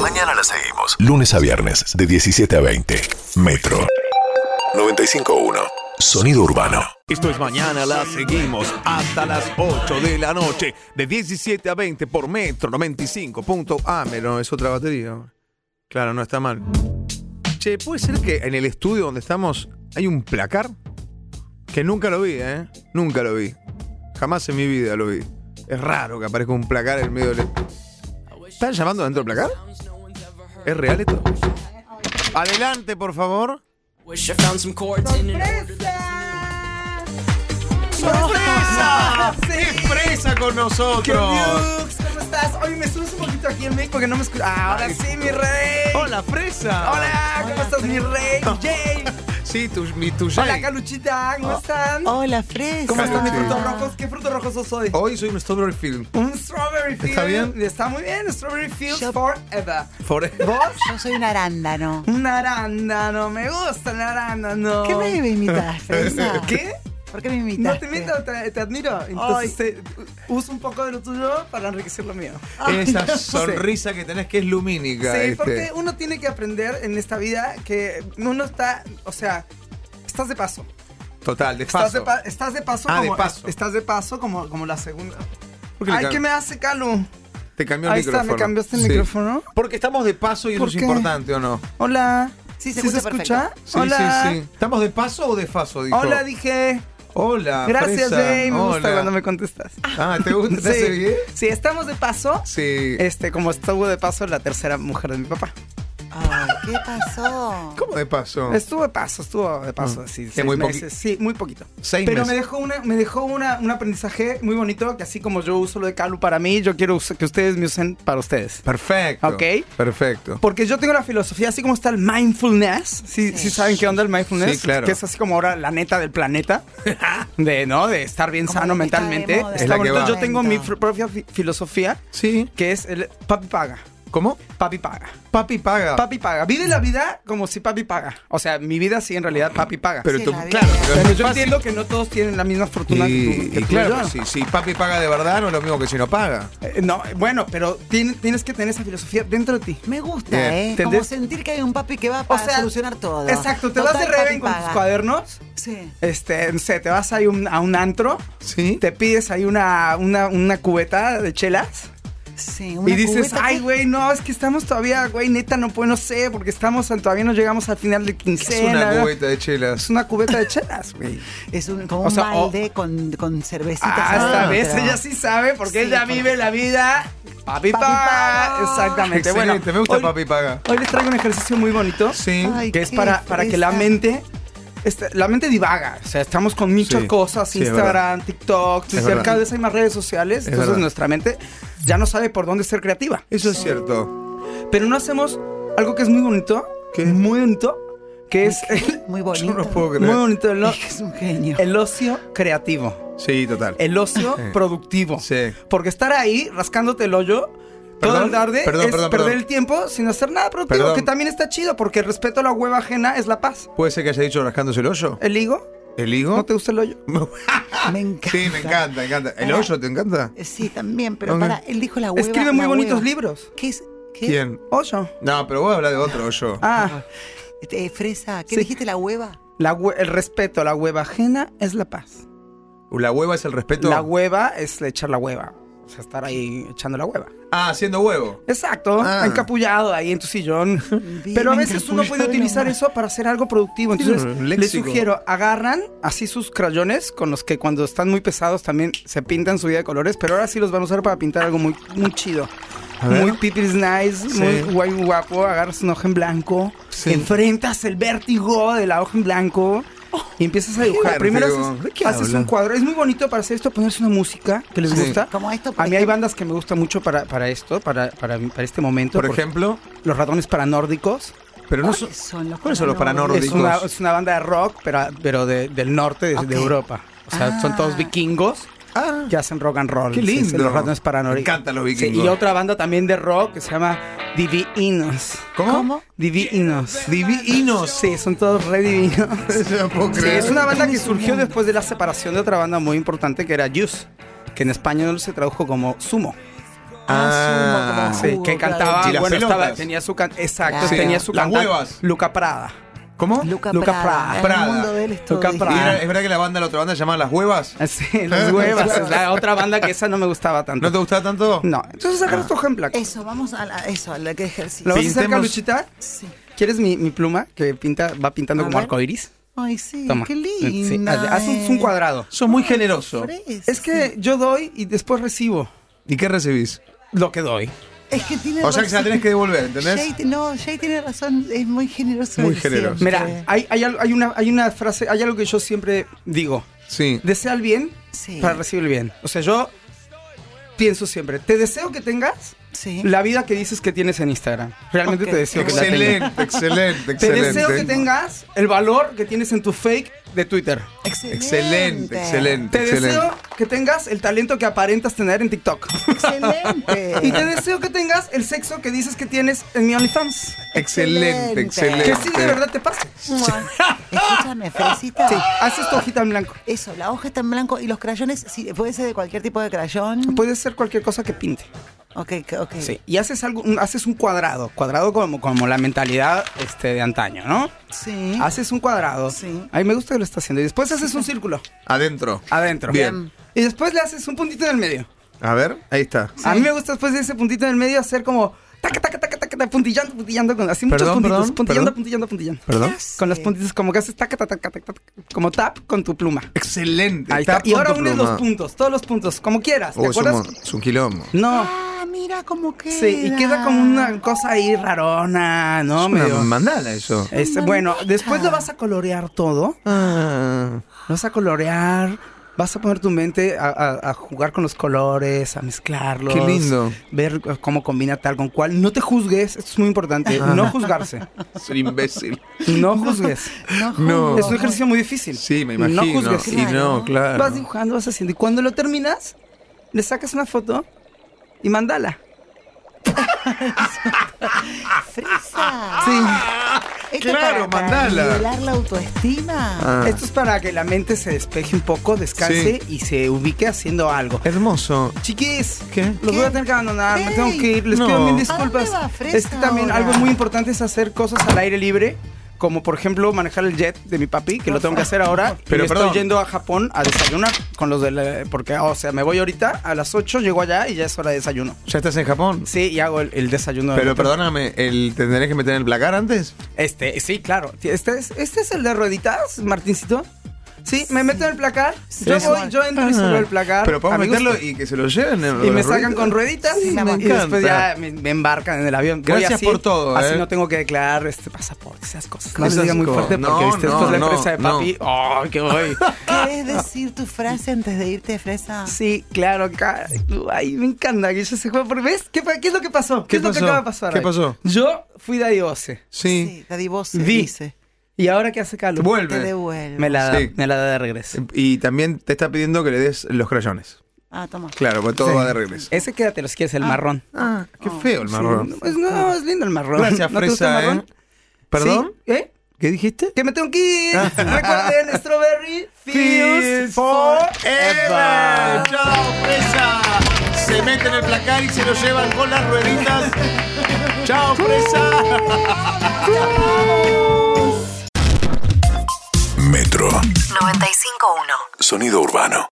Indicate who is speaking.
Speaker 1: Mañana la seguimos. Lunes a viernes, de 17 a 20. Metro. 95.1. Sonido urbano.
Speaker 2: Esto es mañana, la seguimos hasta las 8 de la noche, de 17 a 20 por metro 95. Punto. Ah, me- no, es otra batería. Claro, no está mal. Che, ¿puede ser que en el estudio donde estamos hay un placar? Que nunca lo vi, ¿eh? Nunca lo vi. Jamás en mi vida lo vi. Es raro que aparezca un placar en medio del. ¿Están llamando dentro del placar? ¿Es real esto? Adelante, por favor.
Speaker 3: Wish I found some chords in an order
Speaker 2: ¡Sorpresa! ¡Es presa con
Speaker 4: ¿Qué
Speaker 2: nosotros!
Speaker 4: news? ¿Cómo estás? Hoy me subes un poquito aquí en México porque no me escuchas. Ahora sí, mi rey.
Speaker 2: ¡Hola, fresa!
Speaker 4: Hola, ¿cómo estás, mi rey? Jay.
Speaker 2: Sí, tu, mi, tu
Speaker 4: Hola,
Speaker 2: Jay.
Speaker 4: Caluchita, ¿cómo están?
Speaker 5: Oh. Hola, Fres.
Speaker 4: ¿Cómo están mis
Speaker 2: Caluchi.
Speaker 4: frutos rojos? ¿Qué frutos rojos sos hoy?
Speaker 2: Hoy soy un Strawberry Field.
Speaker 4: Un strawberry field.
Speaker 2: Oh. ¿Está bien?
Speaker 4: Está muy bien, strawberry field
Speaker 5: Yo-
Speaker 4: forever.
Speaker 2: Forever.
Speaker 4: ¿Vos?
Speaker 5: Yo soy un arándano.
Speaker 4: Un arándano, me gusta el arándano.
Speaker 5: ¿Qué me imitas, Fresa?
Speaker 4: ¿Qué?
Speaker 5: ¿Por qué me imitas?
Speaker 4: No te
Speaker 2: eh.
Speaker 4: meto, te, te admiro. Entonces, te- usa un poco de lo tuyo para enriquecer lo mío.
Speaker 2: Esa sonrisa que tenés que es lumínica.
Speaker 4: Ah, Sí,
Speaker 2: este.
Speaker 4: porque uno tiene que aprender en esta vida que uno está, o sea, estás de paso.
Speaker 2: Total, de
Speaker 4: Estás de,
Speaker 2: paso.
Speaker 4: pa- estás de paso
Speaker 2: Ah, de
Speaker 4: como
Speaker 2: paso.
Speaker 4: estás de paso como, como la segunda.
Speaker 2: ¿Por qué le
Speaker 4: Ay,
Speaker 2: cam-
Speaker 4: ¿qué me hace Calu?
Speaker 2: Te cambió el
Speaker 4: Ahí está,
Speaker 2: micrófono.
Speaker 4: me cambiaste el
Speaker 2: Sí.
Speaker 4: micrófono.
Speaker 2: Porque estamos de paso y eso
Speaker 4: ¿Por
Speaker 2: es
Speaker 4: qué?
Speaker 2: importante, ¿o no?
Speaker 4: Hola.
Speaker 5: Sí, se
Speaker 4: ¿Sí
Speaker 5: escucha perfecto.
Speaker 2: Sí,
Speaker 4: Hola.
Speaker 2: sí, sí. ¿Estamos de paso o de faso? Dijo.
Speaker 4: Hola, dije.
Speaker 2: Hola,
Speaker 4: Gracias,
Speaker 2: fresa.
Speaker 4: Jay. Me gusta
Speaker 2: Hola.
Speaker 4: cuando me contestas.
Speaker 2: Ah, ¿te gusta? ¿Te hace bien?
Speaker 4: sí, estamos de paso.
Speaker 2: Sí.
Speaker 4: Este, como estuvo de paso la tercera mujer de mi papá.
Speaker 5: Ay, ¿qué pasó?
Speaker 2: ¿Cómo de paso?
Speaker 4: Estuvo de paso, estuvo de paso,
Speaker 2: Ah,
Speaker 4: así,
Speaker 2: que
Speaker 4: seis
Speaker 2: muy poqui-
Speaker 4: meses. Sí, muy poquito.
Speaker 2: Seis
Speaker 4: Pero me
Speaker 2: meses.
Speaker 4: dejó, una, me dejó una, un aprendizaje muy bonito que así como yo uso lo de Calu para mí, yo quiero us- que ustedes me usen para ustedes.
Speaker 2: Perfecto.
Speaker 4: Ok.
Speaker 2: Perfecto.
Speaker 4: Porque yo tengo la filosofía, así como está el mindfulness, si
Speaker 5: Sí.
Speaker 4: saben qué onda el mindfulness,
Speaker 2: Sí, claro.
Speaker 4: que es así como ahora la neta del planeta, de, ¿no? de estar bien
Speaker 5: Como
Speaker 4: sano
Speaker 5: lo que está de
Speaker 4: mentalmente.
Speaker 5: moda.
Speaker 4: Está
Speaker 2: Es la que
Speaker 4: bonito.
Speaker 2: va.
Speaker 4: Yo tengo mi
Speaker 5: Momento.
Speaker 4: fr- propia fi- filosofía,
Speaker 2: Sí.
Speaker 4: que es el papi paga,
Speaker 2: ¿Cómo?
Speaker 4: papi paga.
Speaker 2: Papi paga.
Speaker 4: Papi paga. Vive la vida como si papi paga. O sea, mi vida sí en realidad papi paga.
Speaker 2: Pero
Speaker 5: Sí,
Speaker 2: tú,
Speaker 5: la vida.
Speaker 2: claro, pero
Speaker 4: Pero
Speaker 2: es
Speaker 4: yo
Speaker 2: fácil.
Speaker 4: entiendo que no todos tienen la misma fortuna que tú.
Speaker 2: Y,
Speaker 4: que
Speaker 2: y
Speaker 4: tú y
Speaker 2: claro,
Speaker 4: yo.
Speaker 2: si, si papi paga de verdad, no es lo mismo que si no paga.
Speaker 4: Eh, No, bueno, pero tiene- tienes que tener esa filosofía dentro de ti.
Speaker 5: Me gusta,
Speaker 2: Bien.
Speaker 5: ¿eh? Como
Speaker 4: ¿Entendés?
Speaker 5: sentir que hay un papi que va para solucionar todo.
Speaker 4: Exacto, te
Speaker 5: Total,
Speaker 4: vas de
Speaker 5: papi
Speaker 4: Reven con tus
Speaker 5: paga.
Speaker 4: cuadernos.
Speaker 5: Sí.
Speaker 4: Este, no sé, te vas ahí un- a un antro,
Speaker 2: Sí.
Speaker 4: te pides ahí una, una, una cubeta de chelas
Speaker 5: Sí, una
Speaker 4: y dices,
Speaker 5: cubeta
Speaker 4: ay,
Speaker 5: que-
Speaker 4: güey, no, es que estamos todavía, güey, neta, no puedo, no sé, porque estamos, todavía no llegamos al final de
Speaker 2: Es
Speaker 4: quincena.
Speaker 2: una
Speaker 4: ¿verdad?
Speaker 2: cubeta de
Speaker 4: Es
Speaker 2: chelas.
Speaker 4: una cubeta de chelas, güey.
Speaker 5: Es un, como
Speaker 4: O sea,
Speaker 5: un
Speaker 4: o-
Speaker 5: balde con, con cervecitas.
Speaker 4: Hasta
Speaker 5: adentro.
Speaker 4: ves, Ah, ella sí sabe porque
Speaker 5: Sí,
Speaker 4: ella
Speaker 5: porque-
Speaker 4: vive la vida. Papi,
Speaker 5: Papi
Speaker 4: paga.
Speaker 5: paga.
Speaker 4: Exactamente.
Speaker 2: Excelente,
Speaker 4: Bueno,
Speaker 2: me gusta
Speaker 4: hoy-
Speaker 2: papi paga.
Speaker 4: Hoy les traigo un ejercicio muy bonito.
Speaker 2: Sí.
Speaker 5: Ay,
Speaker 4: que es
Speaker 5: qué
Speaker 4: para, para que la
Speaker 5: fresa.
Speaker 4: mente. este, la mente divaga. O sea, estamos con muchas
Speaker 2: Sí,
Speaker 4: cosas:
Speaker 2: sí, es
Speaker 4: Instagram, TikTok, Twitter,
Speaker 2: verdad.
Speaker 4: cada vez hay más redes sociales. entonces
Speaker 2: verdad.
Speaker 4: nuestra mente ya no sabe por dónde ser creativa.
Speaker 2: Eso es cierto.
Speaker 4: Pero no hacemos algo que es muy bonito, que es muy bonito, que es el-
Speaker 5: Muy
Speaker 2: Yo
Speaker 5: bonito.
Speaker 2: no puedo creer.
Speaker 4: muy bonito el, o-
Speaker 5: Es un genio.
Speaker 4: el ocio creativo,
Speaker 2: Sí, total.
Speaker 4: el ocio productivo.
Speaker 2: Sí.
Speaker 4: Porque estar ahí rascándote el hoyo toda
Speaker 2: Perdón,
Speaker 4: la tarde
Speaker 2: perdón,
Speaker 4: es
Speaker 2: perdón,
Speaker 4: perder
Speaker 2: perdón.
Speaker 4: el tiempo sin hacer nada productivo,
Speaker 2: Perdón.
Speaker 4: que también está chido, porque el respeto a la hueva ajena es la paz.
Speaker 2: ¿Puede ser que haya dicho rascándose el hoyo?
Speaker 4: ¿El higo?
Speaker 2: ¿El higo?
Speaker 4: ¿No te gusta el hoyo?
Speaker 5: Me encanta.
Speaker 2: sí, me encanta, me encanta. ¿El
Speaker 4: Eh,
Speaker 5: Pará.
Speaker 2: hoyo te encanta?
Speaker 5: Sí, también, pero
Speaker 2: Ok.
Speaker 5: para, él dijo la hueva.
Speaker 4: Escribe muy
Speaker 5: la
Speaker 4: bonitos
Speaker 5: hueva.
Speaker 4: libros.
Speaker 5: ¿Qué es? ¿Qué?
Speaker 2: ¿Quién?
Speaker 4: Hoyo.
Speaker 2: No, pero voy a hablar de otro hoyo.
Speaker 4: Ah,
Speaker 5: Eh, fresa, ¿qué
Speaker 4: Sí.
Speaker 5: dijiste la hueva?
Speaker 4: la hue- el respeto a la hueva ajena es la paz.
Speaker 2: ¿La hueva es el respeto?
Speaker 4: La hueva es echar la hueva. O sea, estar ahí echando la hueva.
Speaker 2: Ah, haciendo huevo.
Speaker 4: Exacto,
Speaker 2: Ah.
Speaker 4: encapullado ahí en tu sillón.
Speaker 5: Bien
Speaker 4: Pero a veces uno
Speaker 5: encapullado.
Speaker 4: puede utilizar eso para hacer algo productivo.
Speaker 2: Tiene
Speaker 4: Entonces,
Speaker 2: un
Speaker 4: les
Speaker 2: léxico.
Speaker 4: sugiero, agarran así sus crayones, con los que cuando están muy pesados también se pintan su vida de colores, pero ahora sí los van a usar para pintar algo muy, muy chido.
Speaker 2: A ver.
Speaker 4: Muy pipis nice,
Speaker 2: Sí.
Speaker 4: muy guay, guapo. Agarras una hoja en blanco,
Speaker 2: Sí.
Speaker 4: enfrentas el vértigo de la hoja en blanco y empiezas a
Speaker 2: vértigo?
Speaker 4: dibujar. Primero
Speaker 2: ¿De
Speaker 4: haces,
Speaker 2: qué
Speaker 4: haces
Speaker 2: hablan?
Speaker 4: un cuadro. Es muy bonito para hacer esto, ponerse una música que les
Speaker 2: Sí.
Speaker 4: gusta.
Speaker 5: Como esto, por
Speaker 4: Ah, A mí hay
Speaker 5: ejemplo.
Speaker 4: bandas que me gusta mucho para, para esto, para, para, para este momento.
Speaker 2: Por
Speaker 4: porque-
Speaker 2: ejemplo,
Speaker 4: los ratones paranórdicos.
Speaker 2: pero no son...
Speaker 5: ¿Cuáles son los
Speaker 2: ¿Cuáles son los
Speaker 5: paranormales?
Speaker 4: Es
Speaker 2: Nórdicos.
Speaker 4: una, es una banda de rock, pero, pero de- del norte, de, de
Speaker 5: Ok.
Speaker 4: Europa. O sea,
Speaker 5: Ah.
Speaker 4: son todos vikingos
Speaker 2: Ah,
Speaker 4: que hacen rock and roll.
Speaker 2: Qué
Speaker 4: Sí,
Speaker 2: lindo.
Speaker 4: los ratones
Speaker 2: Me
Speaker 4: paranórdicos.
Speaker 2: encantan los
Speaker 4: Sí,
Speaker 2: vikingos.
Speaker 4: y otra banda también de rock que se llama Divinos.
Speaker 2: ¿Cómo?
Speaker 5: ¿Cómo?
Speaker 4: Divinos.
Speaker 2: Divinos. Ah.
Speaker 4: Sí, son todos re divinos.
Speaker 2: No puedo
Speaker 4: Sí,
Speaker 2: creer.
Speaker 4: es una banda que
Speaker 5: Tienes un
Speaker 4: surgió
Speaker 5: mundo.
Speaker 4: después de la separación de otra banda muy importante que era Juice, que en español se tradujo como Sumo.
Speaker 5: Ah,
Speaker 2: Ah,
Speaker 5: zumo, como
Speaker 4: Sí,
Speaker 5: jugo,
Speaker 4: que
Speaker 5: claro.
Speaker 4: cantaba,
Speaker 6: Y las
Speaker 4: bueno,
Speaker 6: pelotas.
Speaker 4: estaba, tenía su can- exacto,
Speaker 5: Sí.
Speaker 4: tenía su
Speaker 6: Las
Speaker 4: cantante,
Speaker 6: huevas.
Speaker 4: Luca Prada.
Speaker 6: ¿Cómo?
Speaker 5: Luca,
Speaker 4: Luca
Speaker 5: Prada.
Speaker 6: Prada.
Speaker 5: El mundo de él es todo
Speaker 4: Luca
Speaker 5: distinto.
Speaker 6: ¿Y era-
Speaker 4: Prada.
Speaker 6: ¿Es verdad que la banda, la otra banda, se llamaba Las Huevas?
Speaker 4: Sí, las huevas, es la otra banda que esa no me gustaba tanto.
Speaker 6: ¿No te gustaba tanto?
Speaker 4: No, entonces sacaros tu ejemplo.
Speaker 5: Eso, vamos a la, eso, a la que ejercicio.
Speaker 4: ¿Lo vas a hacer,
Speaker 6: Pintemos-
Speaker 4: Carluchita?
Speaker 5: Sí.
Speaker 4: ¿Quieres mi, mi pluma que pinta, va pintando
Speaker 5: A
Speaker 4: como
Speaker 5: ver.
Speaker 4: arcoiris?
Speaker 5: Ay, sí,
Speaker 4: Toma.
Speaker 5: qué
Speaker 4: Sí,
Speaker 5: linda.
Speaker 4: haz- haz un,
Speaker 5: eh.
Speaker 4: un cuadrado.
Speaker 6: Sos muy generoso.
Speaker 5: Fresca.
Speaker 4: Es que yo doy y después recibo
Speaker 6: ¿Y qué recibís?
Speaker 4: lo que doy.
Speaker 5: Es que tiene
Speaker 6: O sea que se la tenés que devolver, ¿entendés?
Speaker 5: Jay- no, Jay tiene razón, es muy generoso.
Speaker 2: Muy
Speaker 5: él
Speaker 2: generoso.
Speaker 5: siempre.
Speaker 4: Mira, hay, hay, al- hay una, hay una frase, hay algo que yo siempre digo.
Speaker 2: Sí.
Speaker 4: Desea el bien
Speaker 5: Sí.
Speaker 4: para recibir el bien. O sea, yo pienso siempre, te deseo que tengas
Speaker 5: Sí.
Speaker 4: la vida que dices que tienes en Instagram. Realmente
Speaker 5: Ok.
Speaker 4: te deseo que la tengas.
Speaker 2: Excelente, excelente,
Speaker 4: Te
Speaker 2: excelente.
Speaker 4: deseo que tengas el valor que tienes en tu fake de Twitter.
Speaker 2: Excelente, excelente,
Speaker 4: Te
Speaker 2: excelente.
Speaker 4: deseo que tengas el talento que aparentas tener en TikTok.
Speaker 5: Excelente.
Speaker 4: Y te deseo que tengas el sexo que dices que tienes en mi OnlyFans.
Speaker 2: Excelente, excelente.
Speaker 4: Que sí, de verdad te pase.
Speaker 5: Mua. Escúchame, Fresita.
Speaker 4: Sí, haces tu hojita en blanco.
Speaker 5: Eso, la hoja está en blanco y los crayones, sí, puede ser de cualquier tipo de crayón.
Speaker 4: Puede ser cualquier cosa que pinte.
Speaker 5: Ok, ok.
Speaker 4: Sí. Y haces algo, un- haces un cuadrado, cuadrado como, como la mentalidad este, de antaño, ¿no?
Speaker 5: Sí.
Speaker 4: Haces un cuadrado.
Speaker 5: ¿Mm? Sí.
Speaker 4: Ay, me gusta que lo está haciendo. Y después haces un círculo
Speaker 2: Adentro.
Speaker 4: adentro.
Speaker 2: Bien.
Speaker 4: Y después le haces un puntito en el medio.
Speaker 2: A ver, ahí está.
Speaker 4: A mí me gusta después de ese puntito en el medio hacer como taca, taca, taca, taca, taca, puntillando, puntillando, con, así muchos
Speaker 2: Perdón,
Speaker 4: puntitos,
Speaker 2: perdón,
Speaker 4: puntillando,
Speaker 2: perdón.
Speaker 4: puntillando, puntillando,
Speaker 2: Perdón.
Speaker 4: Con los puntitos como que haces taca, taca, taca, taca, taca, como tap con tu pluma.
Speaker 2: Excelente.
Speaker 4: Ahí está.
Speaker 2: Tapa
Speaker 4: Y ahora
Speaker 2: con tu
Speaker 4: unes los
Speaker 2: pluma.
Speaker 4: puntos, todos los puntos, como quieras. ¿Te
Speaker 2: Oh, es un,
Speaker 4: acuerdas?
Speaker 2: mon- es un quilombo.
Speaker 4: No.
Speaker 5: Ah, mira cómo queda.
Speaker 4: Sí, y queda como una cosa ahí rarona, ¿no?
Speaker 2: Es una
Speaker 4: Medio-
Speaker 2: mandala eso.
Speaker 4: Este,
Speaker 5: Una
Speaker 4: bueno,
Speaker 5: mancha.
Speaker 4: después lo vas a colorear todo.
Speaker 2: Ah,
Speaker 4: Lo vas a colorear. Vas a poner tu mente a, a- a jugar con los colores, a mezclarlos.
Speaker 2: Qué lindo.
Speaker 4: Ver cómo combina tal con cual. No te juzgues, esto es muy importante. No juzgarse.
Speaker 2: ser imbécil.
Speaker 4: No juzgues.
Speaker 5: No,
Speaker 2: No.
Speaker 5: no.
Speaker 4: Es un ejercicio muy difícil.
Speaker 2: Sí, me
Speaker 4: No
Speaker 2: imagino.
Speaker 4: juzgues.
Speaker 2: y no,
Speaker 5: Claro.
Speaker 2: claro.
Speaker 4: Vas dibujando, vas haciendo. Y cuando lo terminas, le sacas una foto y mandala.
Speaker 5: Fresa.
Speaker 4: Ah, Sí.
Speaker 5: Esto
Speaker 2: Claro,
Speaker 5: para- para
Speaker 2: mandala.
Speaker 5: nivelar la autoestima.
Speaker 2: Ah,
Speaker 4: Esto es para que la mente se despeje un poco, descanse y se ubique haciendo algo.
Speaker 2: hermoso.
Speaker 4: Chiquis,
Speaker 2: ¿Qué?
Speaker 4: los voy
Speaker 5: ¿Qué?
Speaker 4: a tener que abandonar, me
Speaker 5: Ey.
Speaker 4: tengo que ir, les
Speaker 2: No.
Speaker 4: pido mil
Speaker 5: ¿A
Speaker 4: disculpas.
Speaker 5: dónde va, fresa,
Speaker 4: es que también
Speaker 5: ahora?
Speaker 4: algo muy importante es hacer cosas al aire libre, como por ejemplo manejar el jet de mi papi, que lo tengo que hacer ahora.
Speaker 2: Pero,
Speaker 4: Pero
Speaker 2: perdón.
Speaker 4: estoy yendo a Japón a desayunar con los de la, porque o sea, me voy ahorita a las 8, llego allá y ya es hora de desayuno.
Speaker 2: ¿Ya estás en Japón?
Speaker 4: Sí, y hago el, el desayuno.
Speaker 2: Pero
Speaker 4: del otro-
Speaker 2: perdóname, el, ¿te tendrías que meter en el placar antes?
Speaker 4: Este, sí, claro. Este es, este es el de rueditas, Martincito. Sí, me meto en el placar. Yo
Speaker 2: Es-
Speaker 4: voy, yo entro y
Speaker 2: Ah.
Speaker 4: solo el placar. pues,
Speaker 2: Pero podemos
Speaker 4: a mi gusto.
Speaker 2: meterlo y que se lo lleven. en
Speaker 4: Y
Speaker 2: la
Speaker 4: me
Speaker 2: rueda.
Speaker 4: sacan con rueditas
Speaker 2: Sí,
Speaker 4: y,
Speaker 2: me
Speaker 4: y después
Speaker 2: encanta.
Speaker 4: ya me, me embarcan en el avión. Voy
Speaker 2: Gracias
Speaker 4: así,
Speaker 2: por todo,
Speaker 4: Así
Speaker 2: ¿eh?
Speaker 4: no tengo que declarar este pasaporte, esas cosas. No
Speaker 2: Esas
Speaker 4: les diga muy
Speaker 2: cosas.
Speaker 4: fuerte porque
Speaker 2: No,
Speaker 4: viste,
Speaker 2: no,
Speaker 4: esto es la
Speaker 2: no,
Speaker 4: empresa de
Speaker 2: no.
Speaker 4: papi. Oh, ¡Ay, qué voy!
Speaker 5: ¿Querés decir tu frase antes de irte, Fresa?
Speaker 4: Sí, claro, ca- ay, me encanta que yo se juega por ¿Ves? ¿Qué, fue- qué es lo que pasó? ¿Qué,
Speaker 2: ¿Qué
Speaker 4: es lo que
Speaker 2: pasó?
Speaker 4: acaba de pasar?
Speaker 2: ¿Qué
Speaker 4: ahí?
Speaker 2: pasó?
Speaker 4: Yo fui de Diose.
Speaker 2: Sí.
Speaker 5: Daddy Vos
Speaker 4: Di.
Speaker 5: dice.
Speaker 4: ¿Y ahora qué hace Calo?
Speaker 5: Te
Speaker 2: Vuelve.
Speaker 5: devuelvo.
Speaker 4: Me la da,
Speaker 2: Sí.
Speaker 4: me la da de regreso.
Speaker 2: Y también te está pidiendo que le des los crayones.
Speaker 5: Ah, toma.
Speaker 2: Claro, pues todo
Speaker 4: Sí.
Speaker 2: va de regreso.
Speaker 4: Ese quédate los quieres, el marrón.
Speaker 2: Ah, qué feo el marrón.
Speaker 4: Pues Eh, no, es lindo el marrón.
Speaker 2: Gracias,
Speaker 4: ¿No te gusta el
Speaker 2: Fresa, ¿eh?
Speaker 4: marrón?
Speaker 2: ¿Perdón?
Speaker 4: Sí, ¿Eh?
Speaker 2: ¿Qué dijiste?
Speaker 4: que me tengo que ir. Recuerden, Strawberry Fields Forever.
Speaker 2: ¡Chao, Fresa! Se mete en el placar y se lo llevan con las rueditas. ¡Chao, Fresa!
Speaker 1: Metro.
Speaker 7: 951.
Speaker 1: Sonido urbano.